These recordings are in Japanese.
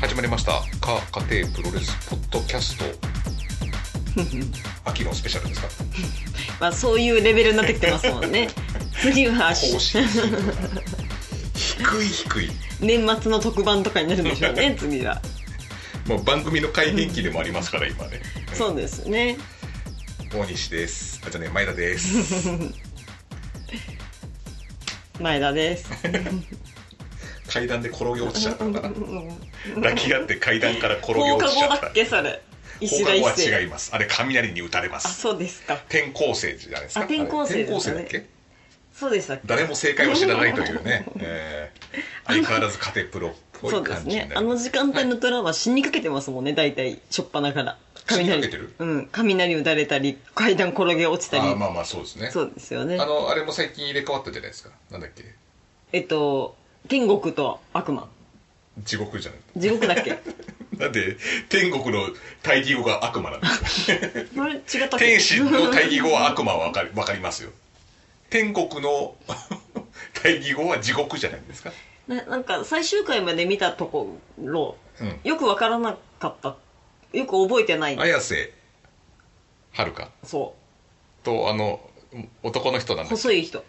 始まりました「か家庭プロレスポッドキャスト」 秋のスペシャル ですかまあそういうレベルになってきてますもん ね次は更新するのかな低い低い、年末の特番とかになるんでしょうね次はまあ、番組の改変期でもありますから今ねそうですね大西ですあじゃあね前田です 前 田です階段で転げ落ち ちゃったのかな放抱き合って階段から転げ課落ちち後ゃっだたっけそれ石放田課後一は違生いますあれ雷に打たれまあすそうですか転校生じゃないですかあ転校生あれ転校生だだっったねけそうでしたっけ誰も正解を知らないというね、えー相変わらず家庭プロっぽそいうで感すじになねりあまのす時間帯のドラマ死にかけてますもんね大体初っ端から死にかけてるうん雷打たれたり階段転げ落ちたあーりまあまあそうですねそうですよねあのあれも最近入れ替わったじゃないですかなんだっけえっと天国と悪魔地獄じゃない地獄だ っけなんで天国の対義語が悪魔なんですよそれ違 ったっけ天使の対義語は悪魔はわかりわかりますよ天国の 対義語は地獄じゃないですかななんか最終回まで見たところうんよくわからなかったよく覚えてない綾瀬はるかそとあの男の人なうんです細い 人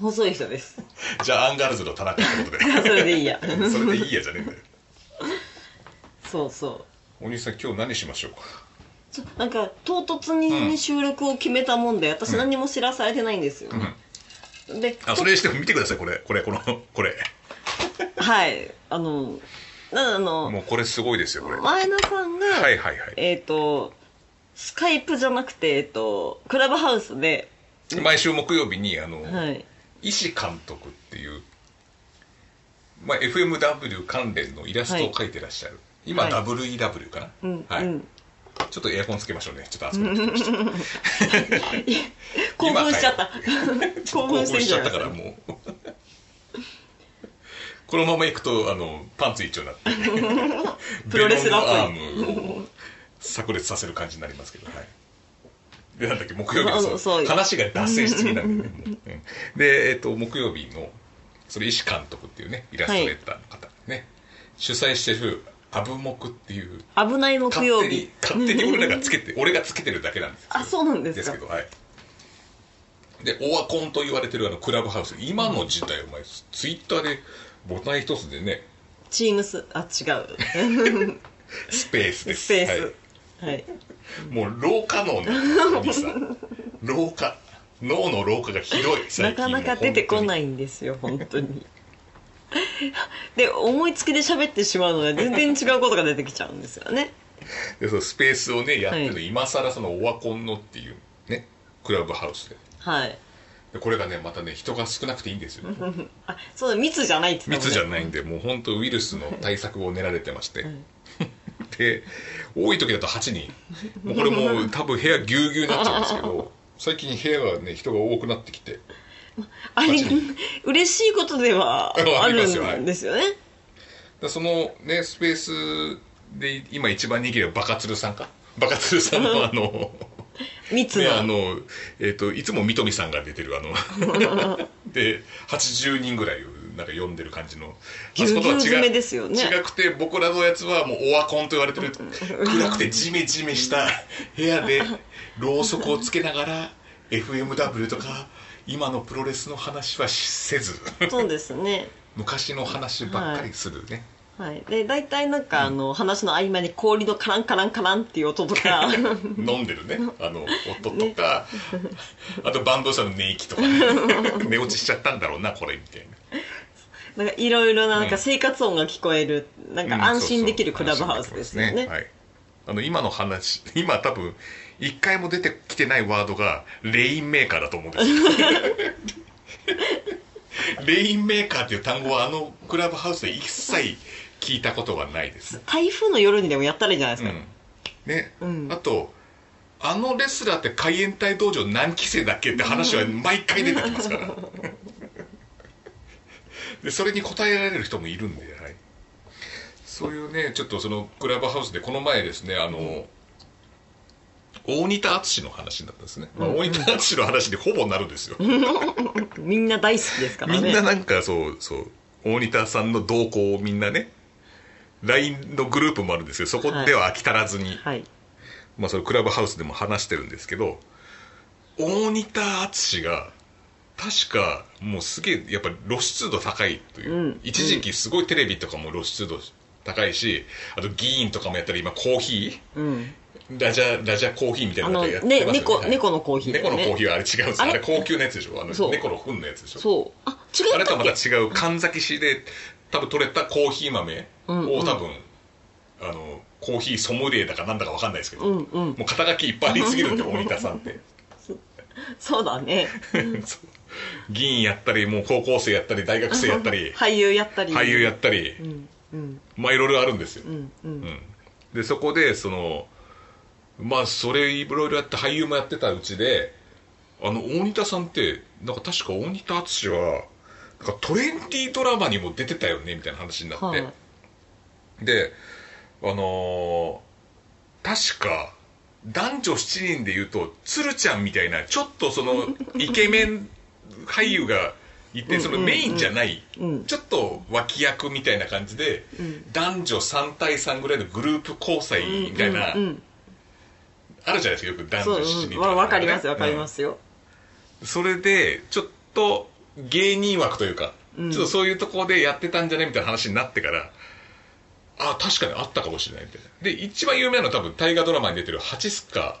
細い人です じゃあアンガールズの田中ってことであそれでいいや それでいいやじゃねえんだよそうそうお兄さん今日何しましょうかちょなんか唐突にね、うん収録を決めたもんで私何も知らされてないんですよ、であそれにしても見てくださいこれこれこのこれはいあのなあのもうこれすごいですよこれはい前田さんが、はいはいえっ、とスカイプじゃなくてえっ、とクラブハウスで毎週木曜日にあの、はい石監督っていう、まあ、FMW 関連のイラストを描いてらっしゃる、今、はい WEW かな、うん、はいうんちょっとエアコンつけましょうねちょっと暑くなってきました興奮しち ゃった興興奮奮ししてるちじゃゃなっいたかですからもうこのままいくとあのパンツ一丁になって プロレスラーっぽいベロンのアームを炸裂させる感じになりますけどはいでなんだっけ木曜日あののそうそう話が脱線しすぎなんで、ね、もううんで、えっと木曜日のそれ石監督っていうねイラストレーターの方ね、主催してるアブモクっていう危ない木勝曜手日に勝手に俺らがつけて俺がつけてるだけなんですけどあそうなんですでかすけどはいでオワコンと言われてるあのクラブハウス今の時代お前ツイッターでボタン一つでねチームスあ違スペースうですスペースはい、はい、もう老化能のおじさん老化脳の老化がひどいなかなか出てこないいんですよ本当に で思いつきで喋ってしまうので全然違うことが出てきちゃうんですよねでそのスペースをねやってるの、は今更そのオワコンのっていうねクラブハウスではいでこれがねまたね人が少なくていいんですよあそうだ密じゃないって言って密たじゃもんねないんでもう本当ウイルスの対策を練られてまして、ん で多い時だと8人もうこれもう多分部屋ぎゅうぎゅうになっちゃうんですけど最近部屋がね人が多くなってきてあれ街に 嬉しいことではあありますよはいるんですよねだそのねスペースで今一番人気がバカツルさんかバカツルさんのあの密ねあのの、えっといつも三富さんが出てるあの で80人ぐらいをなんか呼んでる感じのぎゅうぎゅうあそこと詰は違めうですよね違くて僕らのやつはもうオワコンと言われてる暗くてジメジメした部屋でろうそくをつけながら FMW とか今のプロレスの話はしせずそうですね昔の話ばっかりするね、はい、で大体なんかあの、話の合間に氷のカランカランカランっていう音と か 飲んでるねあの夫とか、あとバンドさんの寝息とか、 ね、寝落ちしちゃったんだろうなこれみたいな。なんかいろいろななんうんか生活音が聞こえる、なんか安心できるクラブハウスですよね。はい、あの今の話 今多分一回も出てきてないワードがレインメーカーだと思うんです よレインメーカーっていう単語はあのクラブハウスで一切聞いたことがないです、台風の夜にでもやったらいいじゃないですうか。んねうんあとあのレスラーって海援隊道場何期生だっけって話は毎回出てきますからでそれに答えられる人もいるんで、はい、そういうねちょっとそのクラブハウスでこの前ですねあの、大仁田淳の話になったんですね、まあ、うん大仁田淳の話でほぼなるんですよみんな大好きですからみね。んななんかそうそう大仁田さんの動向をみんなね LINE のグループもあるんですけどそこでは飽き足らずに、はいまあ、それクラブハウスでも話してるんですけど大仁田淳が確かもうすげえやっぱり露出度高いという、うん一時期すごいテレビとかも露出度高いしあと議員とかもやったり今コーヒうんーラジャラジャコーヒーみたいあなののやってますよね猫はい猫のコーヒーだ猫よのねコーヒーはあれ違うんですああれれ高級なやつでしょあのそう猫の糞のやつでしょそうあ違あれっとたはっまけた違う神崎市で多分取れたコーヒー豆うんうをん多分あのコーヒーソムリエだかなんだかわかんないですけどうんもうんう肩書きいっぱいありすぎ るんで大仁田さんって そうだねそう議員やったりもう高校生やったり大学生やったり 俳優やったり俳優やったりうんうんまあいろいろあるんですようんうんでそこでそのまあそれいろいろやって俳優もやってたうちであの大仁田さんってなんか確か大仁田淳はなんかトレンディードラマにも出てたよねみたいな話になって、はいであのー確か男女7人でいうと鶴ちゃんみたいなちょっとそ のイケメン俳優がいてそのメインじゃない、うんちょっと脇役みたいな感じで、うん男女3対3ぐらいのグループ交際みたいな、うんうんあるじゃないですかよく男そう女7人とかうんねわわかりますわかりま、すようんそれでちょっと芸人枠というか、うんちょっとそういうところでやってたんじゃねみたいな話になってからあ確かにあったかもしれないみたいなで一番有名なのは多分大河ドラマに出てる八須賀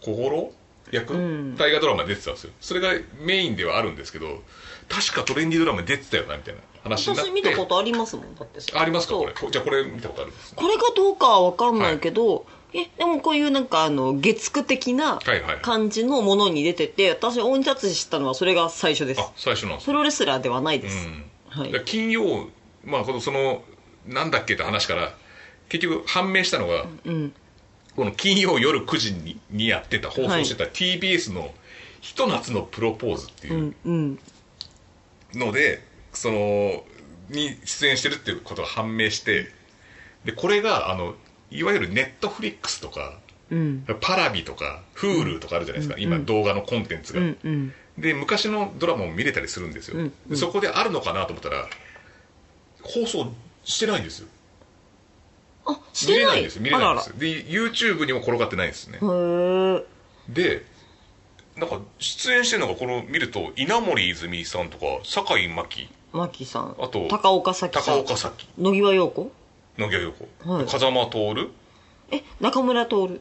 小五郎役、うん大河ドラマに出てたんですよそれがメインではあるんですけど確かトレンディードラマに出てたよなみたいな話になっ私て見たことありますもんだってさあありますかそうこれこじゃあこれ見たことあるんですこれがどうかはわかんないけど、えでもこういうなんかあの月9的なはいはい感じのものに出てて私大仁田淳知ったのはそれが最初ですあ最初なんですプロレスラーではないです、うんはだからい金曜、まあ、このそのなんだっけって話から結局判明したのが、うんこの金曜夜9時ににやってた放送してた TBS の「ひと夏のプロポーズ」っていううんうんので、そのに出演してるっていうことが判明してでこれがあのいわゆるネットフリックスとかうんパラビとか Hulu とかあるじゃないですか、うん今うん動画のコンテンツうが、んうんで昔のドラマも見れたりするんですよ、うんうんそこであるのかなと思ったら放送してないんですよあし見てれなないいんですよ見れないんですあよで YouTube にも転がってないですねららへえでなんか出演してるのがこの見ると稲森泉さんとか酒井真紀マキさんあと高岡早紀さ高ん岡早紀野際陽子野際陽子、はい風間徹え中村徹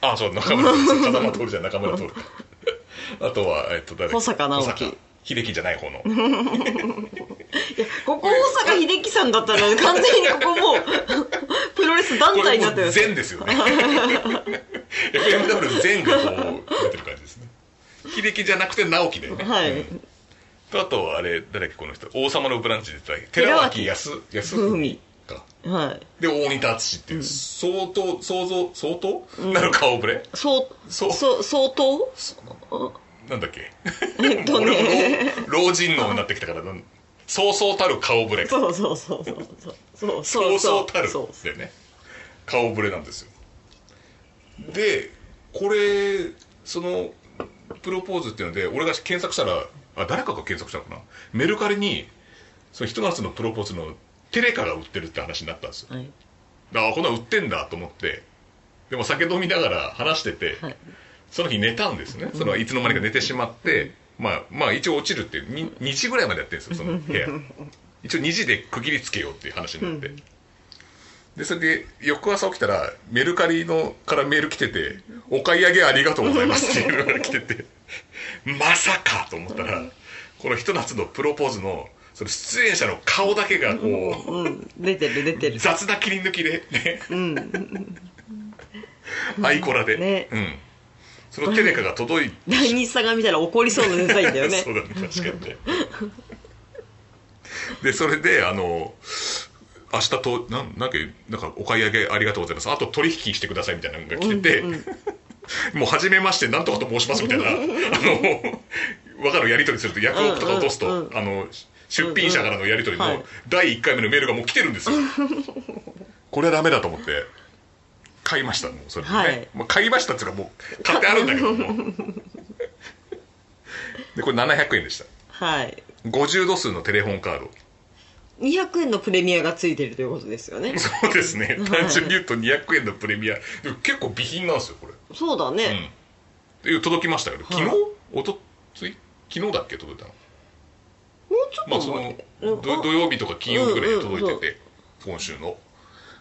あそう中村 徹風間徹じゃない中村徹 あとはえっと誰だっけ保坂直樹保秀樹じゃない 方のここ大阪秀樹さんだったら完全にここもうプロレス団これ体にもなうってる全ですよ ね FMW 全がこう出てる感じですね秀樹じゃなくて直樹だよね、はいうんとあとあれ誰だっけこの人「王様のブランチ」で出てた寺脇康康文かはいで大仁田淳っていう相当想像相当、なる顔ぶれそうそうそう相当なんだっけえっとね俺も老老人能になってきたからなんそうそうたる顔ぶれそうそうそうそうそうそうそうたるそうでね顔ぶれなんですよでこれそのプロポーズっていうので俺が検索したらあ誰かが検索したのかなメルカリにそのひと夏のプロポーズのテレカが売ってるって話になったんですよはいああこんなん売ってんだと思ってでも酒飲みながら話してて、はいその日寝たんですねそのいつの間にか寝てしまって、まあまあ一応落ちるっていう 2, 時ぐらいまでやってるんですよその 部屋一応2時で区切りつけようっていう話になって、でそれで翌朝起きたらメルカリのからメール来てて「お買い上げありがとうございます」っていうのが 来ててまさかと思ったらこのひと夏のプロポーズのその出演者の顔だけがこううん出てる出てる雑な切り抜きでねうん アイコラで、ねうん、そのテレカが届いて第二さんが見たら怒りそうなデザインだよねそうだね確かにねでそれであの明日となんなんかなんかお買い上げありがとうございますあと取引してくださいみたいなのが来てて、うんうん もう初めましてなんとかと申しますみたいなあの分かるやり取りすると役をとか落とすと、うんうんうんあの出品者からのやり取りうんうんのはい第1回目のメールがもう来てるんですよこれはダメだと思って買いましたもうそれでね、はいまあ、買いましたっていうかもう買ってあるんだけど もでこれ700円でしたはい 50度数のテレホンカード200円のプレミアがついてるということですよねそうですねはい単純に言うと200円のプレミアでも結構備品なんですよこれそうだね、うんで届きましたけどはい昨日、おとつい昨日だっけ届いたのもうちょっとまあそ前のうんど土曜日とか金曜日ぐらいに届いてて、今週の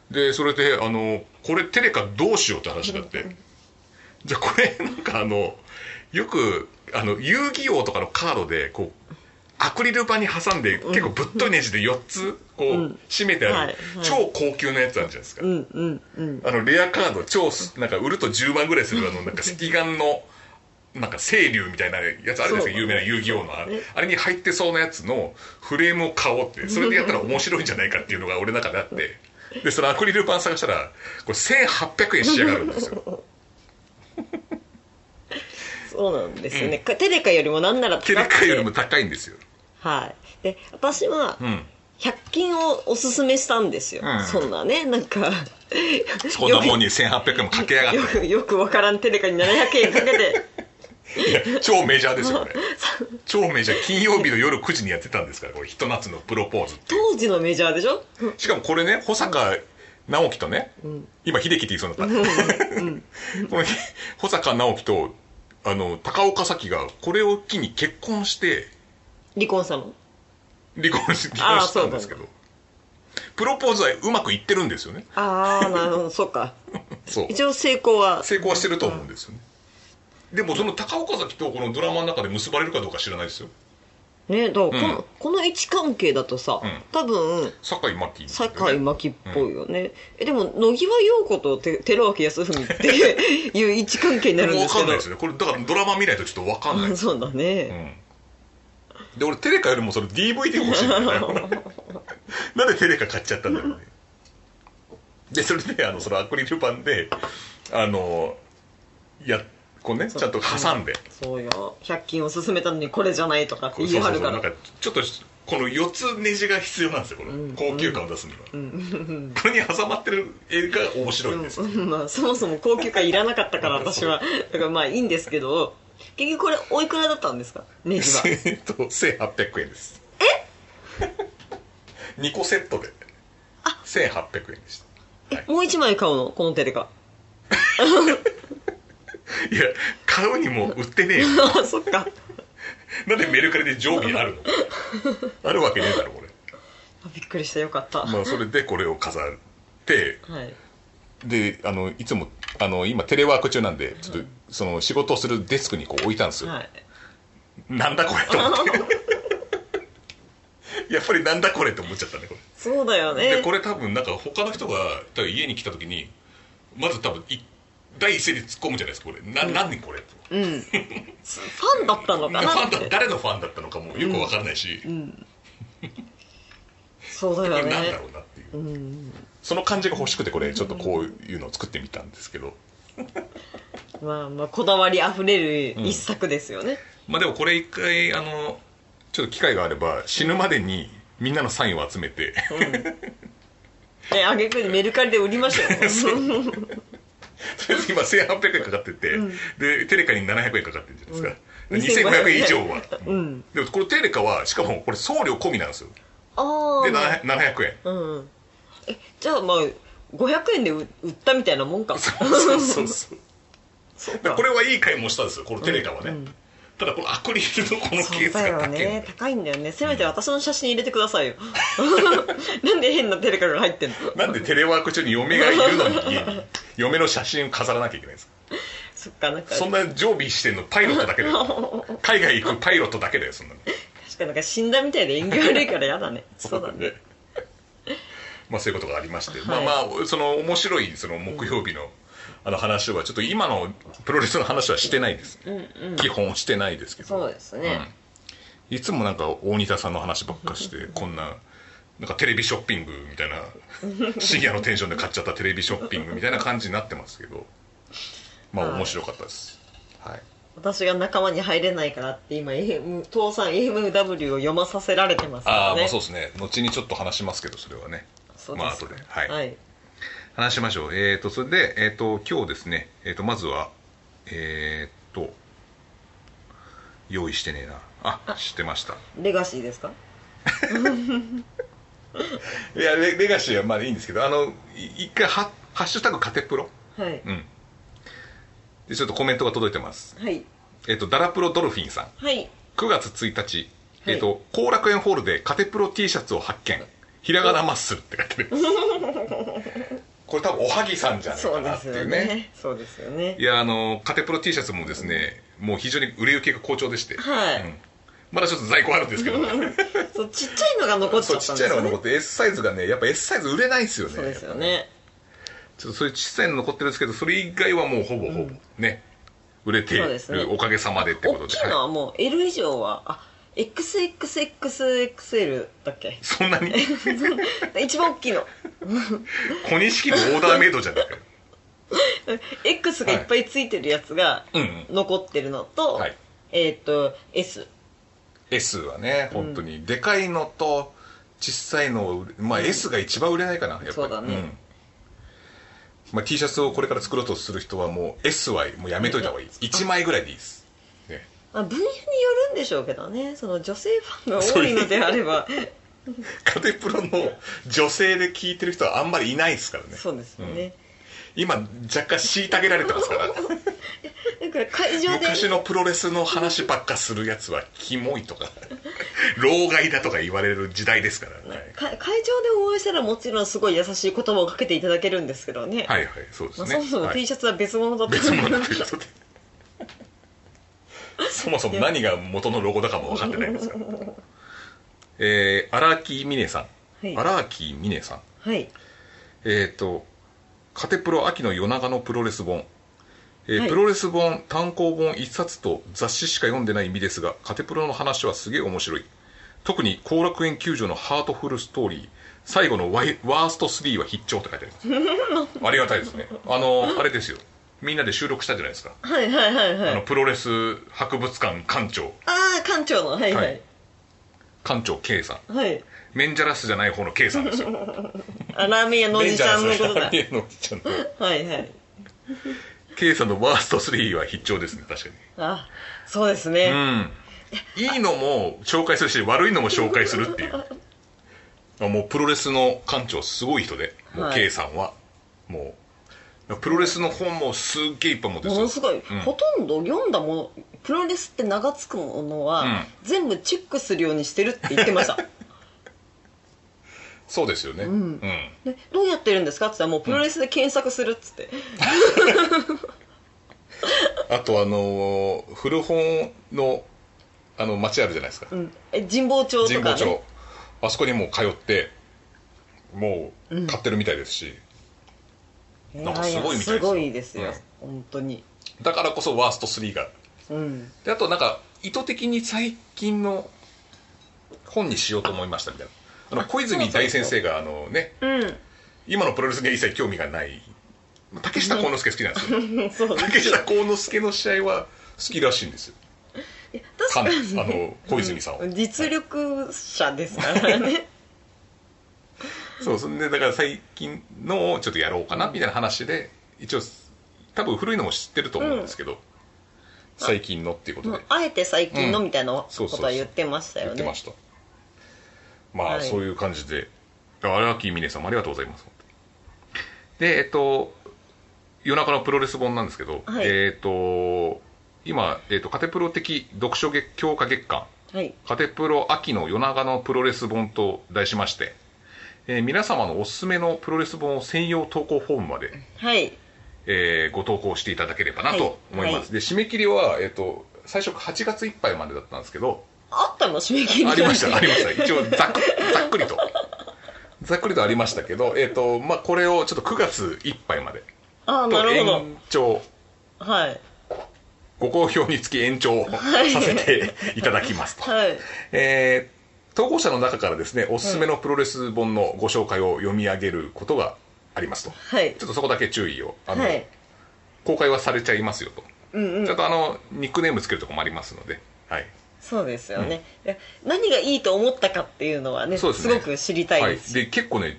でそれであのこれテレカどうしようって話になってじゃあこれなんかあのよくあの遊戯王とかのカードでこうアクリル板に挟んで結構ぶっといネジで4つこううん締めてあるはいはい超高級なやつあるじゃないですかうんうんうんあのレアカード超すなんか売ると10万ぐらいするあのなんか赤眼のなんか青龍みたいなやつあるじゃないですそうか有名な遊戯王のあねあれに入ってそうなやつのフレームを買おうってそれでやったら面白いんじゃないかっていうのが俺の中であってでそのアクリル板探したらこれ1800円仕上がるんですよそうなんですよね、かテレカよりもなんなら高くテてレカよりも高いんですよはいで私はうん100均をおすすめしたんですよ、うんそんなねなんかそんなもんに1800円もかけやがっよくよくわからんテレカに700円かけ てて超メジャーですよこれ超メジャー金曜日の夜9時にやってたんですからこれひと夏のプロポーズって当時のメジャーでしょしかもこれね保坂直樹とね、今秀樹って言いそうになった、 この保坂直樹とあの高岡早紀がこれを機に結婚して離婚したの離婚し離婚したんですけどプロポーズはうまくいってるんです よねああなるほど そうかそう一応成功は成功はしてると思うんですよねでもその高岡早紀とこのドラマの中で結ばれるかどうか知らないですよねだからこの,、うんこの位置関係だとさ、うん多分酒井真紀ですよね酒井真紀っぽいよね、えでも野際陽子とて寺脇康文って いう位置関係になるんもうわですかけんないですどよねこれだからドラマ見ないとちょっとわかんないです そうだね、うんで俺テレカよりもその DVD 欲しいんだよ ねなんでテレカ買っちゃったんだろうねでそれであのそのアクリル板であのやこうねちゃんと挟んでそうよ100均を勧めたのにこれじゃないとかってこう言い張るかならんかちょっとこの4つネジが必要なんですよこのうん高級感を出すには、これに挟まってる映画が面白いんですよ、うんまあ、そもそも高級感いらなかったから私はだからまあいいんですけど結局これおいくらだったんですかネジはえっと1800円です え2個セットで1800円でしたもう一枚買うのこのテレカいや買うにも売ってねえよあ そっかなんでメルカリで常備あるのあるわけねえだろこれあびっくりしたよかった、まあそれでこれを飾ってはいであのいつもあの今テレワーク中なんでちょっとその仕事をするデスクにこう置いたんですよ、はいなんだこれと思ってやっぱりなんだこれって思っちゃったねこそうだよれ、ねでこれ多分なんか他の人が多分家に来た時にまず多分い第一声で突っ込むじゃないですかこれな、何これとうん、ファンだったのかフなァっンだて誰のファンだったのかもよくわかんないし、そうこだれよなんだねろうなっていう、その感じが欲しくてこれちょっとこういうのを作ってみたんですけどまあまあこだわりあふれる一作ですよね、まあでもこれ一回あのちょっと機会があれば死ぬまでにみんなのサインを集めてえあげくにメルカリで売りましょ うとりあえず 今1800円かかってて、でテレカに700円かかってるじゃないですか、 2500 2500円以上は、でもこれテレカはしかもこれ送料込みなんですよ あであ、 700 700円うん、えじゃあまあ500円で売売ったみたいなもん かそうそうそう そうだからかこれはいい買いもしたんですよこのテレカはね、ただこのアクリルのこのそケーうスだがよ高いんだよね高いんだよねせめて私の写真入れてくださ いよなんで変なテレカが入ってんのなんでテレワーク中に嫁がいる のに家に嫁の写真を飾らなきゃいけないんですかそっかなんかそんな常備してんのパイロットだ けだよ海外行くパイロットだけだよそんなの確かなんか死んだみたいで縁起悪いから やだねそうだねまあそういうことがありまして、はいまあまあその面白いその木曜日のあの話はちょっと今のプロレスの話はしてないです、基本してないですけどそうですね、うんいつもなんか大仁田さんの話ばっかしてこんななんかテレビショッピングみたいな深夜のテンションで買っちゃったテレビショッピングみたいな感じになってますけどまあはい面白かったです、はい、私が仲間に入れないからって今 AM 父さん AMW を読まさせられてますかあらあねまあそうですね後にちょっと話しますけどそれはねそうまあす後ではい、はい、話しましょうえっ、ー、とそれでえっ、と今日ですねえっ、とまずはえっ、と用意してねえなあ知ってましたレガシーですいかやレレガシーはまあいいんですけどあのい一回ハ「ハッシュタグカテプロはい」うんでちょっとコメントが届いてますはいえっとダラプロドルフィンさんはい9月1日はいえっと後楽園ホールでカテプロ T シャツを発見ひらがなマッスルって書いてあります これ多分おはぎさんじゃないそかうなっでてすいようねねそうですよねいやあのカテプロ T シャツもですねもう非常に売れ行きが好調でして、はいうんまだちょっと在庫あるんです けどそうちっちゃいのが残っちそゃうっちたっんちゃでいのすがよ残ねって、S サイズがねやっぱ S サイズ売れないですよねそうですよねちょっとそういう小さいの残ってるんですけどそれ以外はもうほぼほぼ、ね売れてそうですねるおかげさまでってこと大できいのはいはもう L 以上はあ XXXXL だっけ そんなに一番大きいの小錦のオーダーメイドじゃないか X がいっぱいついてるやつがうんうん残ってるのと、はいえっ、と S S はね本当にでかいのと小さいのを売れまあ S が一番売れないかなやっぱりそうだねんまあ、T シャツをこれから作ろうとする人はもう S はもうやめといた方がいい1枚ぐらいでいいです、ね、まあ分野によるんでしょうけどねその女性ファンが多いのであればカテプロの女性で聞いてる人はあんまりいないですからねそうですよね、今若干虐げられてますからだから会場で昔のプロレスの話ばっかするやつはキモいと か老害だとか言われる時代ですから、ねか会場で応援したらもちろんすごい優しい言葉をかけていただけるんですけどね、はいはいそうでまね、すあ、そもそもはい T シャツは別物だった別物だということでそもそも何が元のロゴだかも分かってないです からえー、荒木美音さん、はい荒木美音さんはいえっ、とカテプロ秋の夜長のプロレス本、えーはいプロレス本単行本1冊と雑誌しか読んでない身ですがカテプロの話はすげえ面白い特に後楽園球場のハートフルストーリー最後のワイワースト3は必聴って書いてあります ありがたいですねあのあれですよみんなで収録したじゃないですか、はいはいはいはいあのプロレス博物館館長ああ館長のはいははいい館長 K さんはいメンジャラスじゃない方の K さんですよあラーメン屋 のおメじンジちャラゃスんのことのだラーメン屋のおじちゃんのはいはい K さんのワースト3は必聴ですね確かにあそうですね、うん、いいのも紹介するし悪いのも紹介するっていう あもうプロレスの館長すごい人でもうはい K さんはもうプロレスの本もすっげえいっぱい持ってるんものですすよごい、んほとんど読んだものプロレスって名が付くものは、うん全部チェックするようにしてるって言ってました そうですよねうん、んでどうやってるんですかって言ったらもうプロレスで検索するっつって、あとあのー古本のあの街あるじゃないですか、うん、え神保町神保とか、町ね、あそこにもう通ってもう買ってるみたいですし、いなんかやすいごいみたいでやすよすごいですよ、本当にだからこそワースト3がうんであとなんか意図的に最近の本にしようと思いましたみたいなあの小泉大先生があのねう今のプロレスには一切興味がない竹下幸之助好きなん ですよん そうです竹下幸之助の試合は好きらしいんですよいや確かかなり にあの小泉さんは、うん実力者ですからねそうそんでだから最近のをちょっとやろうかなみたいな話で一応多分古いのも知ってると思うんですけど、最近のっていうことであえて最近のみたいなそこうそうそうとは言ってました言よってまねしたまあ、はいそういう感じで荒木峰さんもありがとうございますでえっと夜中のプロレス本なんですけど、はいえっと今、えっと、カテプロ的読書月強化月間はいカテプロ秋の夜長のプロレス本と題しまして、えー皆様のおすすめのプロレス本を専用投稿フォームまで、はいえーご投稿していただければなはいと思います、はいで締め切りは、えっと最初8月いっぱいまでだったんですけどあったの締め切りありま した、ありました。一応ざっく、ざっくりと。ざっくりとありましたけど、えっ、と、まあ、これをちょっと9月いっぱいまで。ああとなるほど延長、はいご好評につき延長はいさせていただきますと。はいえー投稿者の中からですね、おすすめのプロレス本のご紹介を読み上げることがありますと。はいちょっとそこだけ注意を。あの、はい公開はされちゃいますよと。うんうちょんっとあの、ニックネームつけるとこもありますので、はい。そうですよね、いや何がいいと思ったかっていうのはねそうですすねごく知りたいです、はい、で結構ね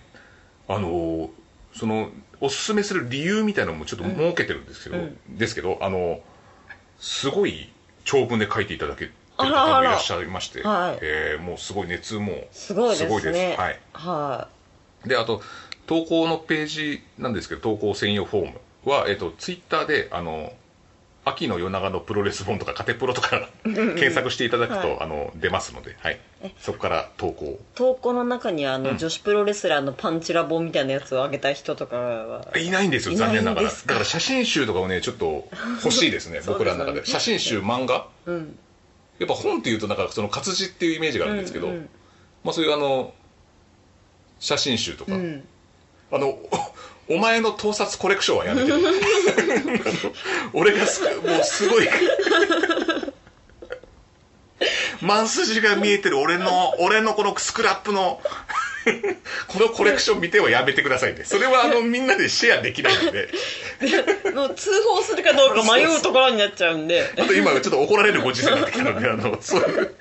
あのーそのおすすめする理由みたいなのもちょっと設けてるんですけど、うんですけどあのーすごい長文で書いていただけってる方もいらっしゃいまして、あらあらはいえーもうすごい熱もすごいですねはいはであと投稿のページなんですけど投稿専用フォームは、えっとツイッターであの秋の夜長のプロレス本とかカテプロとか検索していただくと、はいあの出ますので、はい、そこから投稿い投稿の中にあうの、ん女子プロレスラーのパンチラボみたいなやつをあげた人とかはいないんですよいな残い念んながらですかだから写真集とかをねちょっと欲しいですね そう僕ですよねらの中で写真集漫画うんやっぱ本っていうとなんかその活字っていうイメージがあるんですけど、うんうんまあ、そういうあの写真集とか、うんあのおお前の盗撮コレクションはやめ て俺がすもうすごいマンスジが見えてる俺の俺のこのスクラップのこのコレクション見てはやめてくださいねそれはあのみんなでシェアできないのでもう通報するかどうか迷うところになっちゃうんで あと今ちょっと怒られるご時世になってきたのであのそういう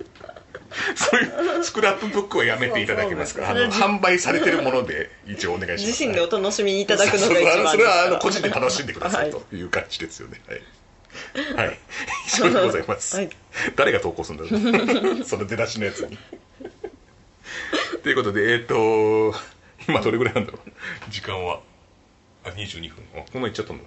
そういうスクラップブックはやめていただけますかあそうそのう販売されてるもので一応お願いします自身でお楽しみにいただくのが一番ですからそれはあの個人で楽しんでくださいはという感じですよ ねはい、はい、以上でございます、はい誰が投稿するんだろう その出だしのやつにということでえっ、と今どれぐらいなんだろう時間はあ22分あこんなにいっちゃったんだ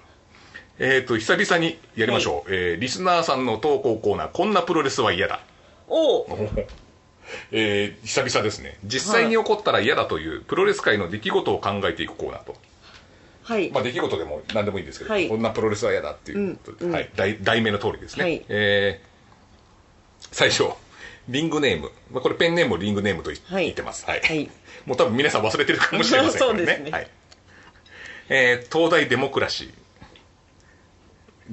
えっ、と久々にやりましょう、えーリスナーさんの投稿コーナー「こんなプロレスは嫌だ」おうえー久々ですね実際に起こったら嫌だというプロレス界の出来事を考えていくコーナーと、はい、まあ、出来事でも何でもいいんですけど、はいこんなプロレスは嫌だっていうことで、うんうんはい、題題名の通りですね、はいえー最初リングネーム、まあ、これペンネームをリングネームといはい言ってます、はいはいもう多分皆さん忘れてるかもしれません そうですねこれはいえー東大デモクラシ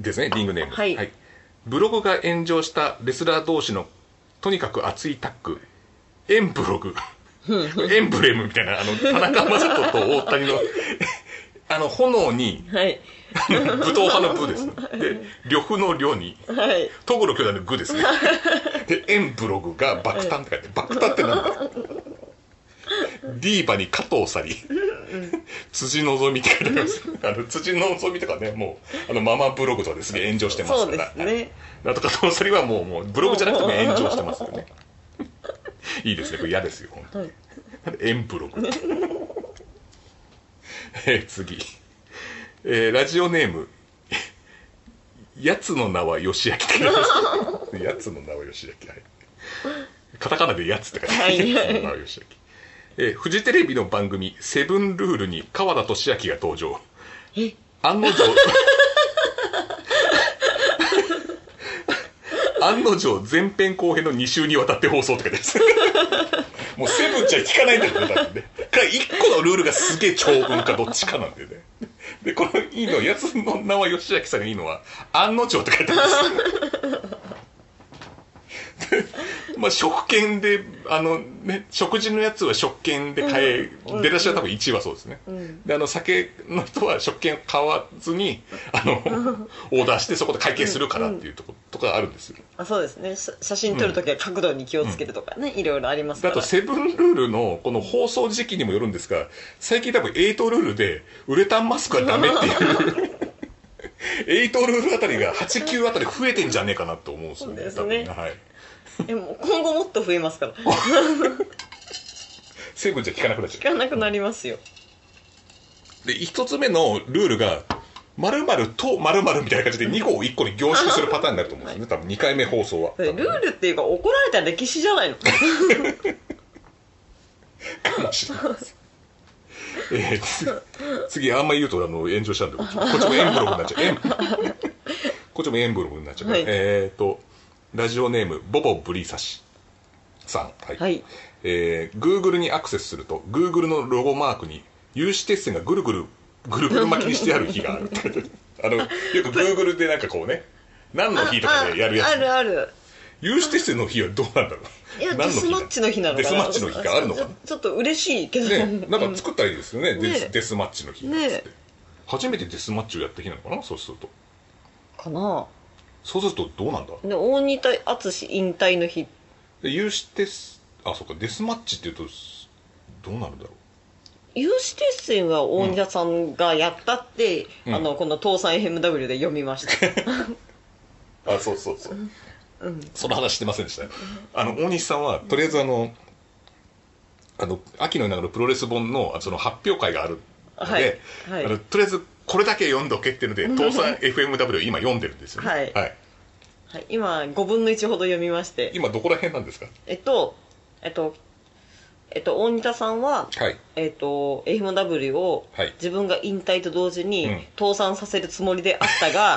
ーですねリングネームはいブログが炎上したレスラー同士のとにかく熱いタッグエンブログエンブレムみたいなあの田中将人と大谷 のあの炎にはい 武闘派の部です ねで呂布の呂にはいトグロ巨大の具です ねでエンブログが爆誕って書いて爆誕ってなんだディーバに加藤さり辻のぞみって書いてありますあの辻のぞみとかねもうあのママブログとかですね炎上してますそうかでらすねあと加藤さりはもうもうブログじゃなくても炎上してますよね いいですねこれ嫌ですよ本当に、エンブログえー次、えーラジオネームやつの名は吉明って書いてありますやつの名は吉明はいカタカナでやつって書いてありますはやついの名は吉明えーフジテレビの番組「セブンルール」に川田俊明が登場え案の 定案の定前編後編の2週にわたって放送とかですもうセブンじゃ聞かないんだけど多分ねか1個のルールがすげえ長文かどっちかなんでねでこのいいのやつの名は吉明さんがいいのは案の定って書いてありますでまあ食券であのね食事のやつは食券で買え、出だしは多分1はそうですね、であの酒の人は食券を買わずにあ の、オーダーしてそこで会計するからっていうとことかあるんですよあそうですねし写真撮るときは角度に気をつけるとかね、いろいろありますかあらとセブンルールのこの放送時期にもよるんですが最近多分エイトルールでウレタンマスクはダメっていうエイトルールあたりが89あたり増えてんじゃねえかなと思うんですよねそうですね多分はい、えもう今後もっと増えます から聞セブンじゃ効かなくなっちゃうかなくなりますよで一つ目のルールがまるとまるみたいな感じで2個を1個に凝縮するパターンになると思うんですよね、多分2回目放送はそれルールっていうか怒られた歴史じゃないのかもしれないですえー次次あんま言うとあの炎上しちゃうんでこっちもこっちもエンブログになっちゃ うエンこっちもエンブログになっちゃうから、はいえっ、とラジオネームボボブリサシさん はい、はいえー、Google にアクセスすると Google のロゴマークに有刺鉄線がぐるぐるぐるぐる巻きにしてある 日があるあのよく Google でなんかこうね何の日とかでやるやああつるある有刺鉄線の日はどうなんだろういやデ何スマッチの日なのかデなスマッチの日があるのかなちょちょっと嬉しいけど、 ね、なんか作ったらいいですよね、デスねデスマッチの日なんつって、ね初めてデスマッチをやった日なのかなそうするとかなそうするとどうなんだで大仁田淳引退の日で有志デスあそっかデスマッチっていうとすどうなるんだろ有刺鉄線は大仁田さんがやったって、うん あのこの「倒産 MW」で読みましたうあそうそうそううんその話してませんでしたよあの大西さんはとりあえずあのあの秋の夜長のプロレス本のその発表会があるので、はいはいあのとりあえずこれだけ読んどけっていうの で倒産 FMW を今読んでるんですよねはいはい、今5分の1ほど読みまして今どこら辺なんですかえっとえっとえっと大仁田さんははいえっと FMW をはい自分が引退と同時うんに倒産させるつもりであっ たが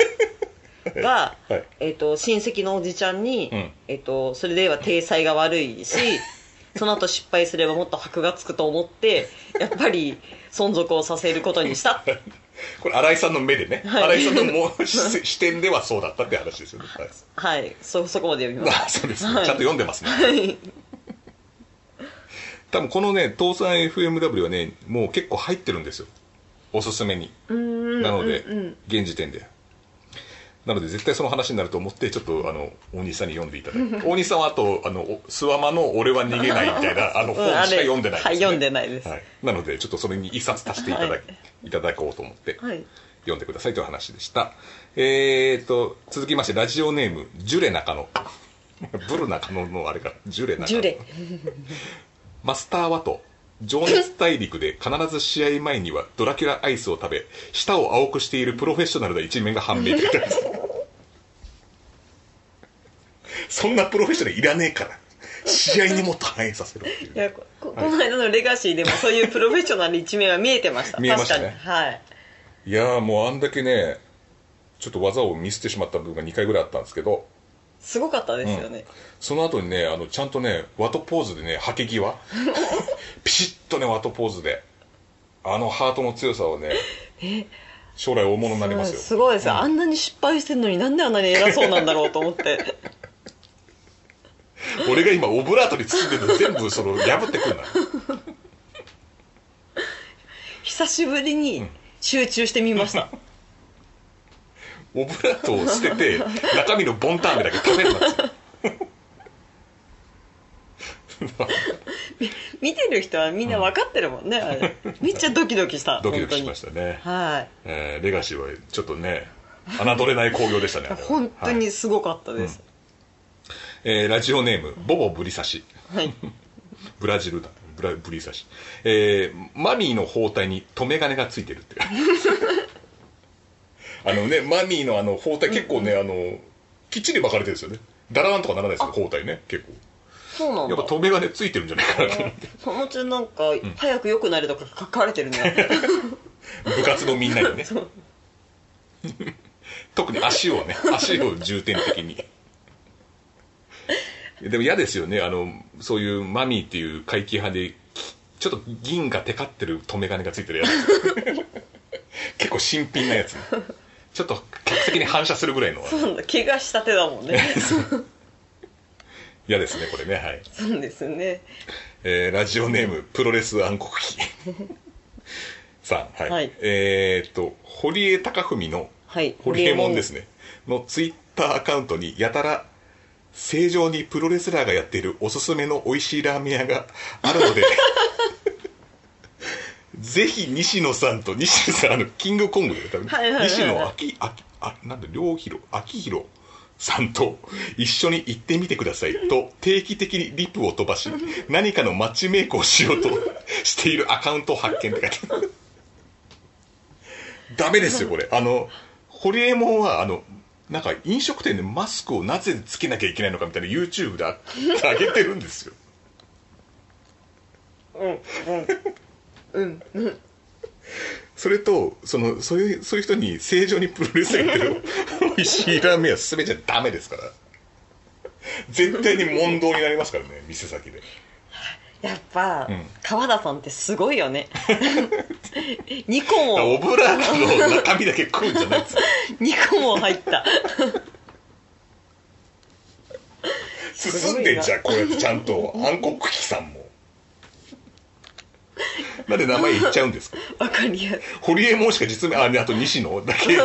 がはいえっと親戚のおじちゃんに、うんえっとそれでは体裁が悪い しその後失敗すればもっと箔がつくと思ってやっぱり存続をさせること にしたこれ新井さんの目でね、はい新井さんのもう視視点ではそうだったって話ですよね、はいはいそそこまで読みましあそうですね、はいちゃんと読んでますねたはい多分このね倒産 FMW はねもう結構入ってるんですよおすすめにななので、うんうん、現時点でなので絶対その話になると思ってちょっとあの大西さんに読んでいただ いて大西さんはあとあのお「諏訪間の俺は逃げない」みたい なあのうん本しか読んでないあれはい読んでないですはい、なのでちょっとそれに一冊足していただ,、はいいただこうと思ってはい読んでくださいという話でしたえー、と続きましてラジオネームジュレ中野 ブル中野のあれかジュレ中野ジュレマスター・ワト情熱大陸で必ず試合前にはドラキュラアイスを食べ舌を青くしているプロフェッショナルな一面が判明って書いてあります そんなプロフェッショナルいらねえから試合にもっと反映させろっていういやこここの間のレガシーでもそういうプロフェッショナル一面は見えてました 見えましたね確かにはいいやーもうあんだけねちょっと技を見せてしまった部分が2回ぐらいあったんですけどすごかったですよね、その後にねあのちゃんとねワトポーズでねはけ 際ピシッとねワトポーズであのハートの強さをね将来大物になりますよすごいですよ、あんなに失敗してるのになんであんなに偉そうなんだろうと思って 俺が今オブラートに包んでる の全部その破ってくるな久しぶりに集中してみました、オブラートを捨てて中身のボンタンメだけ食べるなっつって見てる人はみんな分かってるもんね、あれめっちゃドキドキし たドキドキしましたねた、はいえーレガシーはちょっとね侮れない興行でしたねあれは本当はいにすごかったです、えーラジオネームボボブリサシはい、ブラジルだブラブリサシ、えーマミーの包帯に留め金がついてる っていうあのねマミーのあの包帯結構ね、あのきっちり巻かれてるんですよねだらーんとかならないですよ包帯ね結構そうなんやだっぱ留め金ついてるんじゃないかなと思ってそのうちなんか「早く良くなる」とか書かれてるね部活のみんなにねそう特に足を ね足を重点的にでも嫌ですよねあのそういうマミーっていう怪奇派できちょっと銀がテカってる留め金がついてるやつ 結構新品なやつねちょっと客席に反射するぐらいのそうなん だ怪我した手だもんね嫌ですねこれねはい、そうですねえーラジオネームプロレス暗黒 期さんはい、はいえーっと堀江貴文のはいホリエモンですねのツイッターアカウントにやたら正常にプロレスラーがやっているおすすめの美味しいラーメン屋があるの でぜひ西野さんと西野さんあのキングコングで多分はいはいはいはい西野秋ああなんだ良弘秋弘さんと一緒に行ってみてくださいと 定期的にリプを飛ばし何かのマッチメイクをしようとしているアカウントを発見って書いてある ダメですよこれあのホリエモンはあのなんか飲食店でマスクをなぜつけなきゃいけないのかみたいな YouTube であ上げてるんですようんうんうんうんそれとそのそういうそういう人に正常にプロレスやってる美味しいラーメンは全てじゃダメですから絶対に問答になりますからね店先でやっぱ、うん川田さんってすごい よね2個だからもオブラートの中身だけ食うんじゃないですよ2個も入った 進んでんじゃんこうやってちゃんと暗黒期さんもなんで名前言っちゃうんですかわかりやすい堀江もしか実名あであと西野だ け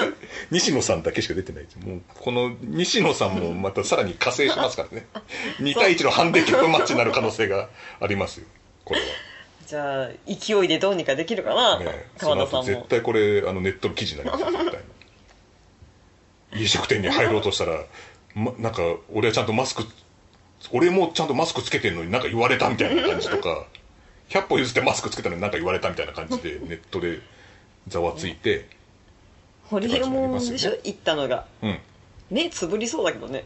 西野さんだけしか出てないもうこの西野さんもまたさらに加勢します からね2対1のハンデキャップマッチになる可能性がありますよこれじゃあ勢いでどうにかできるかな、は、ね、その 川田後さん絶も対これあのネットの記事になりますよ絶対に飲食店に入ろうとしたらま、なんか俺はちゃんとマスク俺もちゃんとマスクつけてるのになんか言われたみたいな感じとか100歩譲ってマスクつけたのになんか言われたみたいな感じでネットでざわついて、堀広もんでしょ行ったのがうん、目つぶりそうだけどね、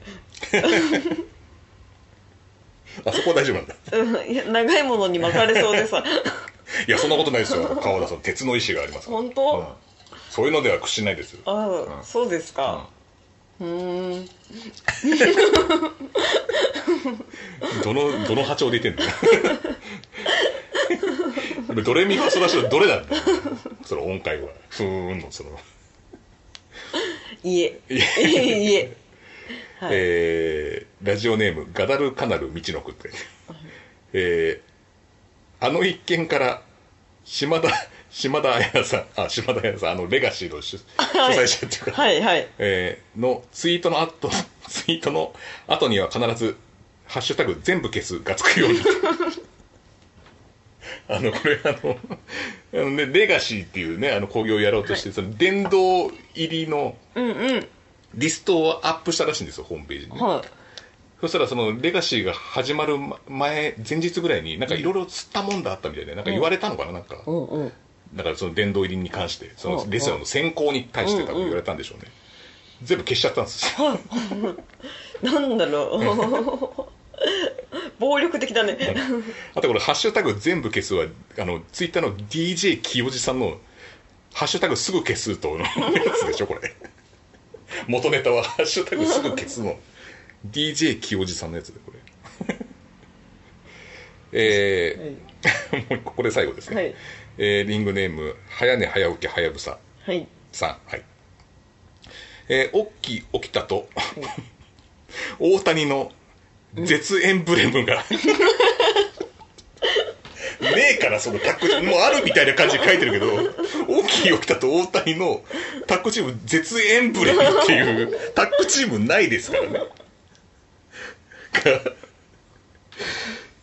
あそこは大丈夫なんだうん、いや長いものに巻かれそう でさいやそんなことないですよ川田さん鉄の意志がありますから、本うん当、そういうのでは屈しないですよ、ああ、うんそうですうんかうーんどのどの波長で 言ってんのドレミファソラシドどれなんだよその音階はふーんのその、いえいいえ いえはいえーラジオネームガダルカナル道のくって、えーあの一件から島田島田彩さんあ島田彩さんあのレガシーの主主い催者っていうか、はいはいえーのツイートの後、 ツイートの後には必ず、ハッシュタグ全部消すがつくように。 あの、これあの、あのね、レガシーっていうね、あの工業をやろうとして、その殿堂入りのうんうんリストをアップしたらしいんですよ、ホームページにね。はいそしたらそのレガシーが始まるま前、前日ぐらいになんかいろいろ釣ったもんだあったみたいで、なんか言われたのかな、なんか。うんうんだからその殿堂入りに関して、そうんうのんレスラーの選考に対して多うんう分ん言われたんでしょうね。全部消しちゃったんですよ。なんだろう暴力的だねあとこれ、ハッシュタグ全部消すは、あの、ツイッターの DJ 清治さんの、ハッシュタグすぐ消すとの やつでしょ、これ。元ネタは、ハッシュタグすぐ消すの。DJ 清治さんのやつで、これ。 えー、もうここで最後ですね。はいえーリングネーム、早寝早起き早草はいさん。はい。えー、おっき起きたと、大谷の絶エンブレムが ねえからそのタッグチームもうあるみたいな感じで書いてるけど大きい起きたと大谷のタッグチーム絶エンブレムっていうタッグチームないですからねが